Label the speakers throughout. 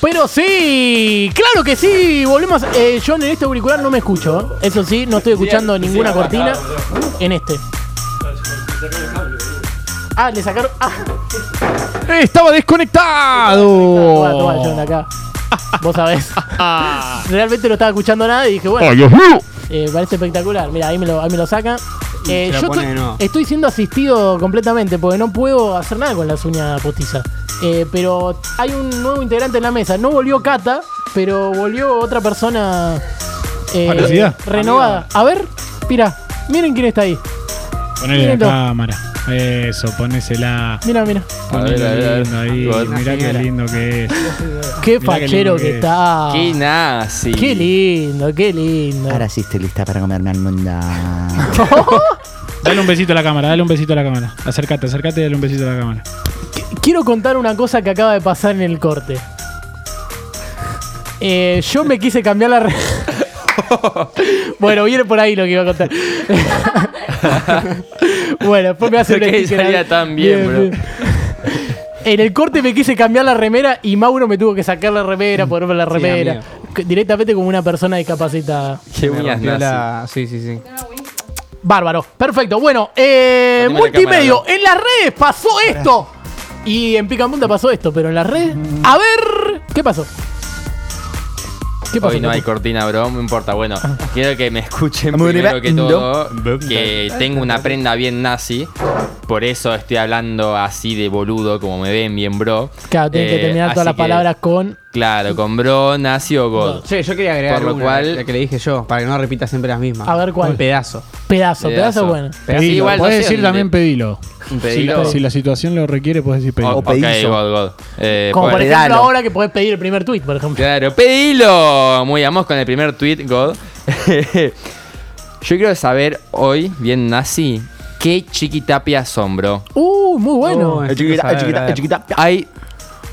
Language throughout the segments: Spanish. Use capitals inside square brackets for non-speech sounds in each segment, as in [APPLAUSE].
Speaker 1: Pero sí, claro que sí, volvemos. Eh, yo en este auricular no me escucho. ¿eh? Eso sí, no estoy escuchando ninguna cortina en este. Ah, le sacaron. Ah,
Speaker 2: Estaba
Speaker 1: voy a tomar yo
Speaker 2: desconectado.
Speaker 1: de acá. Vos [LAUGHS] sabés.
Speaker 2: Ah.
Speaker 1: Realmente no estaba escuchando nada y dije, bueno,
Speaker 2: ¡Ay, Dios mío!
Speaker 1: eh, parece espectacular. Mira, ahí me lo, ahí me lo saca. Eh,
Speaker 3: te
Speaker 1: yo
Speaker 3: lo pone
Speaker 1: estoy,
Speaker 3: de nuevo.
Speaker 1: estoy siendo asistido completamente porque no puedo hacer nada con las uñas postizas. Eh, pero hay un nuevo integrante en la mesa. No volvió Cata, pero volvió otra persona eh,
Speaker 2: Parecida.
Speaker 1: renovada. A ver, mira, miren quién está ahí.
Speaker 4: Ponele la
Speaker 1: Lindo.
Speaker 4: cámara. Eso, ponésela.
Speaker 1: Mira, mira.
Speaker 5: A ver, a ver, a
Speaker 4: Ponele lindo ahí.
Speaker 5: ver. A ver.
Speaker 4: Mirá qué
Speaker 3: Señora.
Speaker 4: lindo que es.
Speaker 1: Qué
Speaker 4: Mirá qué
Speaker 1: fachero
Speaker 4: lindo
Speaker 1: que,
Speaker 4: que es.
Speaker 1: está.
Speaker 5: ¡Qué nazi!
Speaker 1: Qué lindo, qué lindo.
Speaker 6: Ahora sí estoy lista para comerme almendra.
Speaker 1: [LAUGHS]
Speaker 4: Dale un besito a la cámara, dale un besito a la cámara. Acércate, acércate y dale un besito a la cámara.
Speaker 1: Quiero contar una cosa que acaba de pasar en el corte. Eh, yo me quise cambiar la. re- [LAUGHS] bueno, viene por ahí lo que iba a contar. [LAUGHS] bueno, después me hace
Speaker 5: ¿Por
Speaker 1: un
Speaker 5: qué
Speaker 1: sticker
Speaker 5: salía
Speaker 1: ahí.
Speaker 5: tan bien, bro?
Speaker 1: En el corte me quise cambiar la remera y Mauro me tuvo que sacar la
Speaker 5: Mm.
Speaker 1: remera, ponerme la remera. Que- Directamente como una persona discapacitada.
Speaker 5: ¡Qué
Speaker 3: Me
Speaker 5: uñas
Speaker 3: rompió
Speaker 5: nazi!
Speaker 3: la- Sí, sí, sí.
Speaker 1: Bárbaro. Perfecto. Bueno, eh,
Speaker 5: Poneme la
Speaker 1: multimedio.
Speaker 5: cámara,
Speaker 1: En las redes pasó esto. Y en Picamunta pasó esto, pero en las redes. A ver. ¿Qué pasó? ¿Qué pasó? Ah.
Speaker 5: Hoy no
Speaker 1: Capu?
Speaker 5: hay cortina, bro, no importa. Bueno, quiero que me escuchen
Speaker 6: Muy
Speaker 5: primero que
Speaker 6: bien.
Speaker 5: todo. Que tengo una prenda bien nazi. Por eso estoy hablando así de boludo, como me ven bien, bro.
Speaker 1: Claro, tienen que
Speaker 5: Eh,
Speaker 1: terminar todas
Speaker 5: así
Speaker 1: las
Speaker 5: que,
Speaker 1: palabras con.
Speaker 5: Claro, con bro, nazi o god.
Speaker 3: Che, yo quería agregar
Speaker 5: Por lo
Speaker 3: una,
Speaker 5: cual-
Speaker 3: la que le dije yo, para que no repita siempre las mismas.
Speaker 1: A ver, ¿cuál?
Speaker 3: Un pedazo.
Speaker 1: Pedazo, pedazo,
Speaker 5: Pedazo.
Speaker 1: bueno.
Speaker 5: Pero
Speaker 4: Pedilo.
Speaker 5: sí, igual no
Speaker 4: Podés
Speaker 5: sé
Speaker 4: decir
Speaker 5: dónde-
Speaker 4: también pedilo. Si
Speaker 5: Pedilo.
Speaker 4: la, si la situación lo requiere, podés decir
Speaker 5: O-
Speaker 4: pedilo.
Speaker 6: O
Speaker 5: ok,
Speaker 6: pedizo.
Speaker 5: god, god. Eh,
Speaker 1: Como por
Speaker 5: pues,
Speaker 1: ejemplo
Speaker 6: Pedalo.
Speaker 1: ahora que podés pedir el primer tweet, por ejemplo.
Speaker 5: Claro, pedilo. Muy vamos con el primer tweet, God. [LAUGHS] Yo quiero saber hoy, bien nazi, qué chiquitapia son, bro.
Speaker 1: Uh, muy bueno.
Speaker 3: Oh,
Speaker 6: Chiquita,
Speaker 3: saber,
Speaker 6: chiquita,
Speaker 3: saber.
Speaker 6: chiquita.
Speaker 5: Hay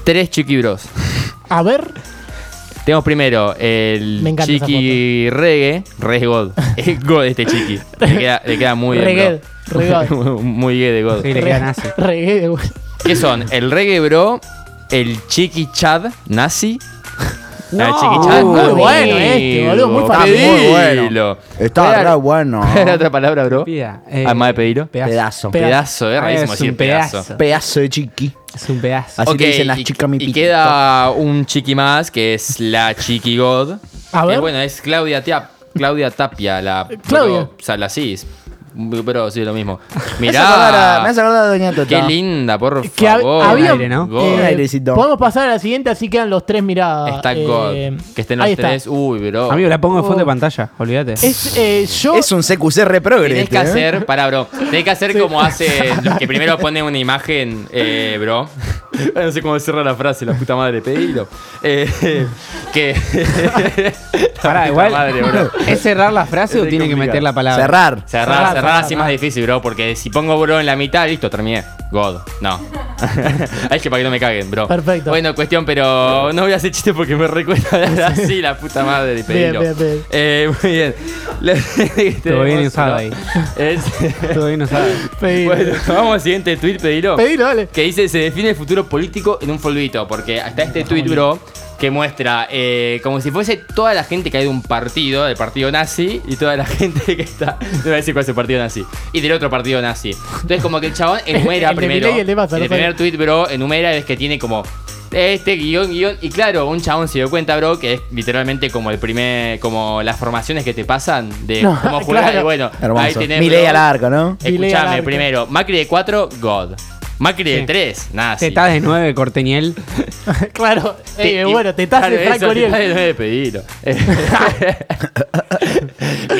Speaker 5: tres chiquibros.
Speaker 1: A ver.
Speaker 5: Tenemos primero el
Speaker 1: Me encanta esa
Speaker 5: chiqui reggae,
Speaker 1: [LAUGHS]
Speaker 5: reggae god. Es god este chiqui. Le queda, le queda muy bien.
Speaker 1: Reggae,
Speaker 5: bro.
Speaker 1: reggae
Speaker 5: [LAUGHS] muy gay de god.
Speaker 3: Sí, le queda nazi.
Speaker 1: Reggae de vuelta.
Speaker 5: ¿Qué son? El reggae bro, el chiqui chad nazi. La
Speaker 1: No,
Speaker 5: chiqui chad.
Speaker 1: muy
Speaker 5: amigo.
Speaker 1: bueno este, boludo, muy
Speaker 6: Está muy
Speaker 5: Pedilo.
Speaker 6: bueno. Está
Speaker 5: Era-
Speaker 6: re bueno.
Speaker 5: Era otra palabra, bro.
Speaker 3: Pida, eh,
Speaker 5: Además de pedilo.
Speaker 3: Pedazo.
Speaker 6: [LAUGHS] Pedazo.
Speaker 5: Pedazo, es
Speaker 3: Ah,
Speaker 5: rarísimo
Speaker 3: es
Speaker 5: decir
Speaker 3: un pedazo.
Speaker 5: pedazo.
Speaker 6: Pedazo de chiqui.
Speaker 3: Es un pedazo.
Speaker 6: Así
Speaker 5: Ok,
Speaker 6: le dicen las
Speaker 5: y-
Speaker 6: chicas mi
Speaker 5: Y
Speaker 6: piquito.
Speaker 5: queda un chiqui más, que es la chiqui god.
Speaker 1: A
Speaker 5: Que,
Speaker 1: ver.
Speaker 5: bueno, es Claudia, Tia- Claudia Tapia, la...
Speaker 1: Claudia.
Speaker 5: Pero, o sea, la cis. Pero sí, lo mismo.
Speaker 6: Me hace acordar a-
Speaker 5: Mirá.
Speaker 6: Me hace acordar a Doña Tota.
Speaker 5: Qué linda, por
Speaker 1: Que hab-
Speaker 5: favor.
Speaker 1: había-
Speaker 3: Aire, ¿no?
Speaker 5: God.
Speaker 1: Eh,
Speaker 6: Un airecito.
Speaker 1: podemos pasar a la siguiente, así quedan los tres miradas.
Speaker 5: Está
Speaker 1: Eh,
Speaker 5: God. Que estén los
Speaker 1: ahí está.
Speaker 5: tres. Uy, bro.
Speaker 3: Amigo, la pongo de fondo de
Speaker 1: Oh.
Speaker 3: pantalla, olvídate.
Speaker 1: Es, eh, yo,
Speaker 6: Es un CQC reprogre.
Speaker 5: Tenés
Speaker 6: este,
Speaker 5: que
Speaker 6: ¿eh?
Speaker 5: hacer, pará, bro. Tenés que hacer como hace los que primero ponen una imagen, eh, bro. [LAUGHS] No sé cómo cierra la frase, la puta madre, pedilo. Eh, [LAUGHS] que.
Speaker 3: [LAUGHS] Pará,
Speaker 5: La puta
Speaker 3: igual.
Speaker 5: madre, bro.
Speaker 3: ¿Es cerrar la frase o
Speaker 5: Es
Speaker 3: tiene que
Speaker 5: complicado.
Speaker 3: meter la palabra?
Speaker 6: Cerrar.
Speaker 5: Cerrar, cerrar, así más difícil, bro. Porque si pongo bro en la mitad, listo, terminé. God. [LAUGHS] No. Hay que para que no me caguen, bro.
Speaker 1: Perfecto.
Speaker 5: Bueno, cuestión, pero no voy a hacer chiste porque me [LAUGHS] recuerda de así, la puta madre, pedilo.
Speaker 1: bien, bien.
Speaker 5: Eh, muy bien. La-
Speaker 3: Todo bien
Speaker 5: ¿no?
Speaker 3: usado ahí.
Speaker 5: [LAUGHS] Es-
Speaker 3: Todavía no sabe.
Speaker 1: pedilo.
Speaker 5: Bueno, [LAUGHS] vamos al siguiente tweet, pedilo.
Speaker 1: Pedilo, dale.
Speaker 5: Que dice, se define el futuro político en un folvito. Porque hasta este tweet, bro, que muestra eh, como si fuese toda la gente que hay de un partido, del partido nazi, y toda la [LAUGHS] gente que está... No voy a decir cuál es el partido nazi. Y del otro partido nazi. Entonces como que
Speaker 1: [LAUGHS]
Speaker 5: el chabón enumera
Speaker 1: El de
Speaker 5: primero...
Speaker 1: Milei y el de Massa,
Speaker 5: en
Speaker 1: no
Speaker 5: el primer tweet, bro, enumera es que tiene como... Este guión, guión. Y claro, un chabón se dio cuenta, bro, que es literalmente como el primer. como las formaciones que te pasan de
Speaker 1: No, [LAUGHS]
Speaker 5: cómo jugar.
Speaker 1: claro.
Speaker 5: Y bueno, ahí
Speaker 6: Hermoso.
Speaker 5: tenés.
Speaker 6: Milei
Speaker 5: bro,
Speaker 6: al arco, ¿no?
Speaker 1: Delay al
Speaker 5: Escuchame,
Speaker 1: arco.
Speaker 5: primero, Macri de 4, God. Macri de
Speaker 3: Sí.
Speaker 5: 3, nada.
Speaker 3: Te está de nueve, Corteñel.
Speaker 1: claro. Ey, bueno, te estás
Speaker 5: claro,
Speaker 1: de Franco
Speaker 5: eso,
Speaker 1: Ariel.
Speaker 5: Tetaz de nueve, pedilo.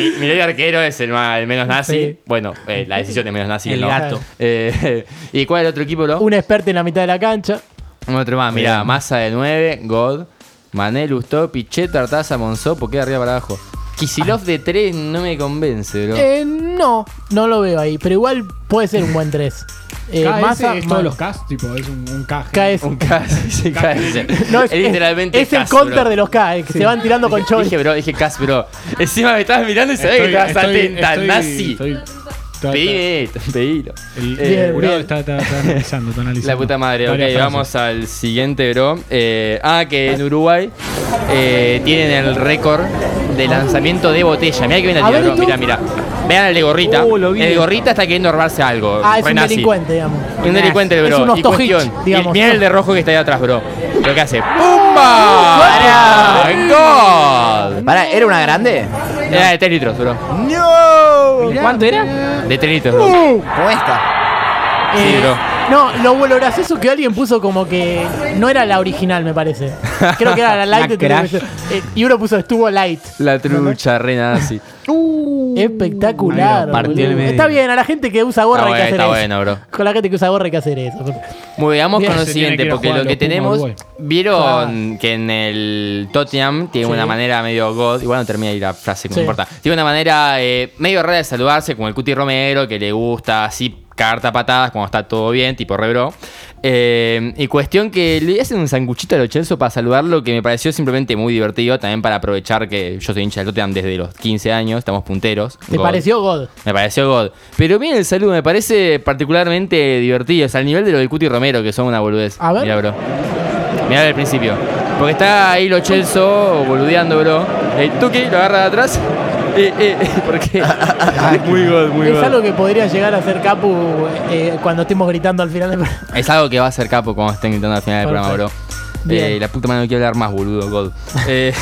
Speaker 1: [LAUGHS]
Speaker 5: Mi- Milei Arquero es el, más- el menos nazi.
Speaker 1: Sí.
Speaker 5: Bueno, eh, la decisión de menos nazi.
Speaker 3: El
Speaker 5: no.
Speaker 3: gato.
Speaker 5: Eh, [LAUGHS] ¿Y cuál es el otro equipo, bro?
Speaker 1: Un experto en la mitad de la cancha.
Speaker 5: Un otro más, mira, Massa de 9, God. Manel, Ustó, Pichet, Tartaza, Monzó, porque arriba para abajo. Kisilov de 3 no me convence, bro.
Speaker 1: Eh, no, no lo veo ahí. Pero igual puede ser un buen 3. Eh,
Speaker 4: K,
Speaker 1: Massa,
Speaker 4: ese es
Speaker 1: Ma-
Speaker 4: todos los Ks, tipo, es un, un K.
Speaker 1: K es-
Speaker 5: Un [LAUGHS] casi, sí, casi.
Speaker 1: No, es,
Speaker 5: Es literalmente
Speaker 1: es el
Speaker 5: Cas, bro.
Speaker 1: counter de los K, eh, que se van tirando con
Speaker 5: Dije,
Speaker 1: Choli.
Speaker 5: bro, dije Cas, bro. Encima me estabas mirando y sabés que
Speaker 4: Estoy-
Speaker 5: estabas
Speaker 4: estoy-
Speaker 5: atenta,
Speaker 4: estoy-
Speaker 5: nazi.
Speaker 4: estoy- Todo-
Speaker 5: Pedí esto, pedilo.
Speaker 4: El,
Speaker 5: Eh,
Speaker 4: el jurado
Speaker 1: bien.
Speaker 4: está, está- está analizando, está analizando.
Speaker 5: La puta madre, ok,
Speaker 4: Varias frases.
Speaker 5: vamos al siguiente, bro. Eh, ah, que en Uruguay eh, tienen el récord de lanzamiento de botella. Mirá que bien
Speaker 1: A
Speaker 5: la
Speaker 1: ver,
Speaker 5: tira,
Speaker 1: ¿y tú?
Speaker 5: mira, mira. Vean al de gorrita.
Speaker 3: Oh, lo vi.
Speaker 5: el de gorrita está queriendo robarse algo.
Speaker 1: Ah, es
Speaker 5: re
Speaker 1: un
Speaker 5: nazi.
Speaker 1: delincuente, digamos.
Speaker 5: Un delincuente,
Speaker 1: Es
Speaker 5: bro.
Speaker 1: un
Speaker 5: y
Speaker 1: Ostojic,
Speaker 5: cuestión.
Speaker 1: digamos.
Speaker 5: Y mirá el de rojo que está ahí atrás, bro. Lo que hace. ¡Pumba! ¡Pará! ¡Gol!
Speaker 6: Pará, ¿era una grande?
Speaker 5: Era de 3 litros, bro.
Speaker 6: ¡No!
Speaker 3: ¿Cuánto era?
Speaker 5: De 3 litros, bro.
Speaker 6: Como esta.
Speaker 5: Sí,
Speaker 1: Eh,
Speaker 5: bro.
Speaker 1: No, lo, lo gracioso que alguien puso como que no era la original, me parece. Creo que era la
Speaker 5: [LAUGHS]
Speaker 1: light.
Speaker 3: La
Speaker 1: de True
Speaker 3: crash.
Speaker 1: Detective. Eh, y uno puso estuvo light.
Speaker 5: La trucha, re nazi.
Speaker 1: Espectacular.
Speaker 3: Amigo, partió
Speaker 1: boludo.
Speaker 3: el medio.
Speaker 1: Está bien, a la gente que usa gorra hay
Speaker 5: Está
Speaker 1: que
Speaker 5: bueno,
Speaker 1: hacer
Speaker 5: está
Speaker 1: eso.
Speaker 5: bueno, bro.
Speaker 1: Con la gente que usa gorra hay que hacer eso.
Speaker 5: Mudamos
Speaker 1: Bien,
Speaker 5: con lo
Speaker 4: se tiene que
Speaker 5: siguiente,
Speaker 4: ir a
Speaker 5: porque
Speaker 4: jugar
Speaker 5: lo
Speaker 4: a
Speaker 5: que
Speaker 4: los Pumas
Speaker 5: tenemos.
Speaker 4: Uruguay.
Speaker 5: Vieron que en el Tottenham tiene
Speaker 1: Sí.
Speaker 5: una manera medio god. Igual no termina ahí la frase, no
Speaker 1: Sí.
Speaker 5: importa. Tiene una manera eh, medio rara de saludarse, como el Cuti Romero, que le gusta así carta patadas cuando está todo bien, tipo rebro. Eh, y cuestión que le hacen un sanguchito a los Chelsea para saludarlo, que me pareció simplemente muy divertido. También para aprovechar que yo soy hincha del Tottenham desde los 15 años, estamos punteros.
Speaker 1: ¿Te
Speaker 5: God.
Speaker 1: pareció God?
Speaker 5: Me pareció God. Pero bien el saludo, me parece particularmente divertido. O sea, al nivel de lo de Cuti Romero, que son una boludez.
Speaker 1: A ver.
Speaker 5: Mirá, bro. Mirá el principio. Porque está ahí lo Chelso boludeando, bro. Eh, Tuki lo agarra de atrás. Eh, eh, [LAUGHS] eh, ¿Por qué? muy God, muy
Speaker 1: Es
Speaker 5: God.
Speaker 1: algo que podría llegar a ser Capu eh, cuando estemos gritando al final del
Speaker 5: [LAUGHS]
Speaker 1: programa.
Speaker 5: Es algo que va a ser capo cuando estén gritando al final del programa, bro.
Speaker 1: Bien.
Speaker 5: Eh, la puta madre no quiero hablar más,
Speaker 1: [LAUGHS]
Speaker 5: boludo, God. Eh,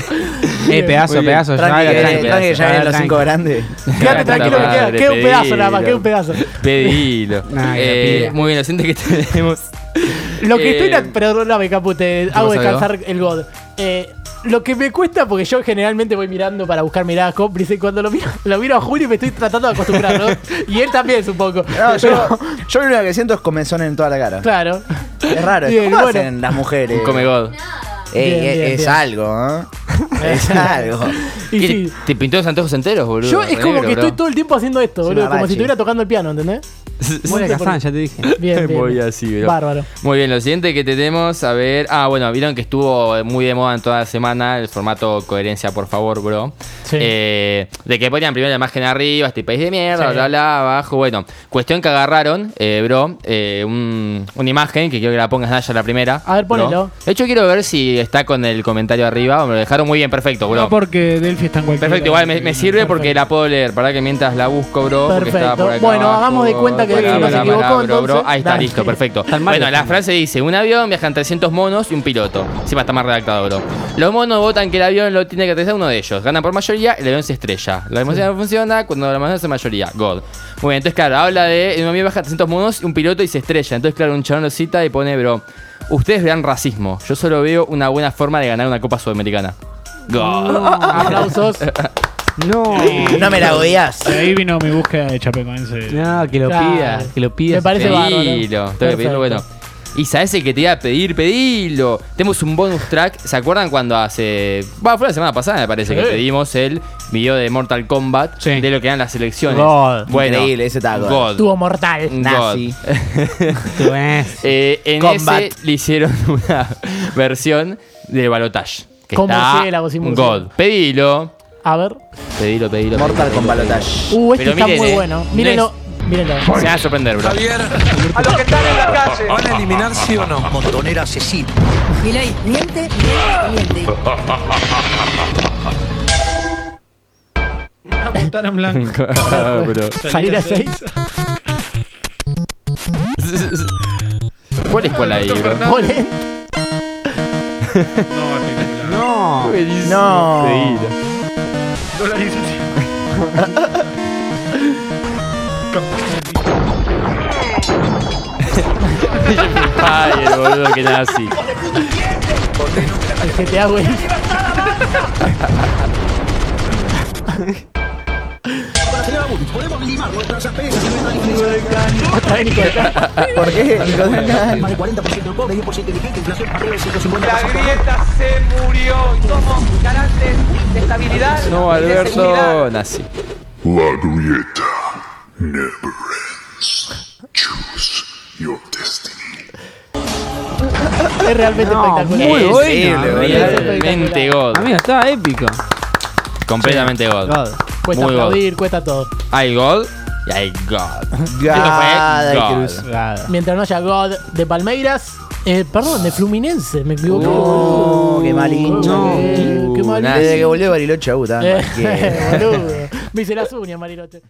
Speaker 3: Eh, pedazo,
Speaker 5: Muy bien.
Speaker 3: pedazo.
Speaker 6: Tranqui,
Speaker 3: ya,
Speaker 6: que-
Speaker 5: tranqui,
Speaker 6: tranqui, que ya vienen los
Speaker 3: tranqui.
Speaker 6: cinco grandes.
Speaker 5: [LAUGHS]
Speaker 1: Quédate
Speaker 5: Puta
Speaker 1: tranquilo que queda,
Speaker 5: madre,
Speaker 1: queda un pedazo nada más,
Speaker 5: pedilo.
Speaker 1: queda un pedazo.
Speaker 5: Pedilo.
Speaker 3: Nah,
Speaker 5: Eh,
Speaker 3: capilla.
Speaker 5: muy bien, lo siguiente que [LAUGHS] tenemos.
Speaker 1: Lo que estoy.
Speaker 5: Eh,
Speaker 1: Perdóname, Capu, te hago
Speaker 5: pasa,
Speaker 1: descansar el God. Eh, lo que me cuesta, porque yo generalmente voy mirando para buscar miradas cómplices, cuando lo miro, lo miro a Julio me estoy tratando de acostumbrar,
Speaker 5: [LAUGHS]
Speaker 1: ¿no? y él también es un poco.
Speaker 6: No, yo, yo lo único que siento es comenzón en toda la cara.
Speaker 1: Claro.
Speaker 6: Es raro.
Speaker 1: Bien,
Speaker 6: ¿Cómo
Speaker 1: bueno.
Speaker 6: hacen las mujeres?
Speaker 5: Come God.
Speaker 6: Ey,
Speaker 1: Bien,
Speaker 6: es,
Speaker 1: bien,
Speaker 6: es
Speaker 1: bien.
Speaker 6: algo, ¿eh? Es algo.
Speaker 1: Y
Speaker 5: ¿Qué?
Speaker 1: sí.
Speaker 5: Te pintó los anteojos enteros, boludo.
Speaker 1: Yo es
Speaker 5: de
Speaker 1: como
Speaker 5: negro,
Speaker 1: que
Speaker 5: bro.
Speaker 1: estoy todo el tiempo haciendo esto,
Speaker 6: Es
Speaker 1: boludo.
Speaker 6: una
Speaker 1: Como si
Speaker 6: rachi.
Speaker 1: estuviera tocando el piano,
Speaker 5: [LAUGHS]
Speaker 1: ¿entendés?
Speaker 3: Muere Kazan, ya te dije.
Speaker 1: Bien, bien.
Speaker 5: Voy así, bro.
Speaker 1: Bárbaro.
Speaker 5: Muy bien, lo siguiente que tenemos, a ver. Ah, bueno, vieron que estuvo muy de moda en toda la semana el formato coherencia, por favor, bro.
Speaker 1: Sí.
Speaker 5: Eh, de que ponían primero la imagen arriba, este país de mierda,
Speaker 1: Sí.
Speaker 5: bla, bla, abajo. Bueno, cuestión que agarraron, eh, bro, eh, un- una imagen que quiero que la pongas, Naya, la primera.
Speaker 1: A ver, ponelo.
Speaker 5: bro. De hecho, quiero ver si está con el comentario arriba. Me lo dejaron muy bien, perfecto, bro.
Speaker 4: No, porque Delphi está en cualquier
Speaker 5: Perfecto, igual me, me sirve porque la puedo leer. Para que mientras la busco, bro. porque
Speaker 1: Perfecto.
Speaker 5: estaba por acá
Speaker 1: Bueno,
Speaker 5: abajo.
Speaker 1: hagamos de cuenta que
Speaker 5: Pará,
Speaker 1: Delphi nos
Speaker 5: pará,
Speaker 1: equivocó,
Speaker 5: pará, bro, bro.
Speaker 1: entonces.
Speaker 5: Ahí está,
Speaker 1: Dale.
Speaker 5: listo, perfecto.
Speaker 3: Tan mal
Speaker 5: bueno, la
Speaker 3: está.
Speaker 5: frase dice: un avión viajan 300 monos y un piloto. Encima está más redactado, bro. Los monos votan que el avión lo tiene que aterrizar uno de ellos. Ganan por mayoría, el avión se estrella. La democracia no funciona cuando la mayoría hace mayoría. God. Muy bien, entonces, claro, habla de un avión viaja 300 monos y un piloto y se estrella. Entonces, claro, un chabón lo cita y pone, bro. Ustedes vean racismo. Yo solo veo una buena forma de ganar una Copa Sudamericana. God. [LAUGHS]
Speaker 1: Aplausos.
Speaker 3: No.
Speaker 6: No me la odias.
Speaker 4: De ahí vino mi búsqueda de chapecoense.
Speaker 3: No, que lo
Speaker 1: Claro.
Speaker 3: pidas, que lo
Speaker 1: Me
Speaker 3: pidas.
Speaker 1: parece bárbaro.
Speaker 5: Pedilo, tengo que
Speaker 1: Perfecto.
Speaker 5: pedirlo, bueno. Y sabes el que te iba a pedir, pedilo. Tenemos un bonus track. ¿Se acuerdan cuando hace. Bueno, fue la semana pasada, me parece, que pedimos el video de Mortal Kombat
Speaker 3: Sí.
Speaker 5: de lo que eran las elecciones.
Speaker 3: God.
Speaker 5: Bueno,
Speaker 6: Increíble, ese está God.
Speaker 5: God.
Speaker 1: Estuvo mortal.
Speaker 5: God.
Speaker 6: Nazi.
Speaker 3: Tú ves.
Speaker 5: [LAUGHS] Eh, en
Speaker 6: Combat.
Speaker 5: ese le hicieron [LAUGHS] una versión de balotage. Que
Speaker 1: Con
Speaker 5: está
Speaker 1: murciélago, sin murciélago.
Speaker 5: God. Pedilo.
Speaker 1: A ver.
Speaker 5: Pedilo, pedilo.
Speaker 6: Mortal
Speaker 5: pedilo,
Speaker 6: con
Speaker 5: pedilo.
Speaker 6: balotage.
Speaker 1: Uh, este
Speaker 5: Pero
Speaker 1: está
Speaker 5: miren,
Speaker 1: muy
Speaker 5: eh,
Speaker 1: bueno.
Speaker 5: no
Speaker 1: Mírenlo. Mírenlo.
Speaker 5: Se van a sorprender, bro. [LAUGHS]
Speaker 7: A los que están en la calle. ¿Van a eliminar sí o no?
Speaker 8: Montonera asesina.
Speaker 9: Milei, miente, miente, miente.
Speaker 4: Apuntar en blanco.
Speaker 5: Ah, bro.
Speaker 1: Salir a seis.
Speaker 5: ¿Cuál es cuál ahí, bro?
Speaker 1: Ponen.
Speaker 3: No.
Speaker 6: No.
Speaker 5: Pedilo. Ay, el boludo que nazi.
Speaker 1: El GTA, güey. Otra vez Nicolás.
Speaker 6: ¿Por qué? Nicolás?
Speaker 8: Más de 40% de pobre, 10% de gente, inflación, 150%.
Speaker 7: La grieta se murió. y Somos garantes de estabilidad.
Speaker 5: No,
Speaker 7: y de seguridad.
Speaker 5: Alberto, nazi.
Speaker 10: La grieta never ends. Choose your destiny.
Speaker 1: Es realmente espectacular.
Speaker 3: muy bueno.
Speaker 6: Increíble, boludo.
Speaker 5: Realmente God.
Speaker 3: Amigo, estaba épico.
Speaker 5: Completamente God.
Speaker 3: God.
Speaker 1: Cuesta
Speaker 5: Muy
Speaker 1: aplaudir, cuesta todo.
Speaker 5: Hay God. Y ahí, God.
Speaker 6: Gada y
Speaker 5: Esto
Speaker 6: Cruz.
Speaker 5: fue God.
Speaker 1: Mientras no haya God de Palmeiras. Eh, perdón, de Fluminense, me equivoqué. Uh,
Speaker 6: No, qué mal hincha.
Speaker 1: Qué, qué mal [LAUGHS]
Speaker 5: Nah.
Speaker 6: Desde que volvió de Bariloche, uh, está
Speaker 1: Eh,
Speaker 6: cualquiera.
Speaker 1: boludo. Me hice las uñas, Marilote.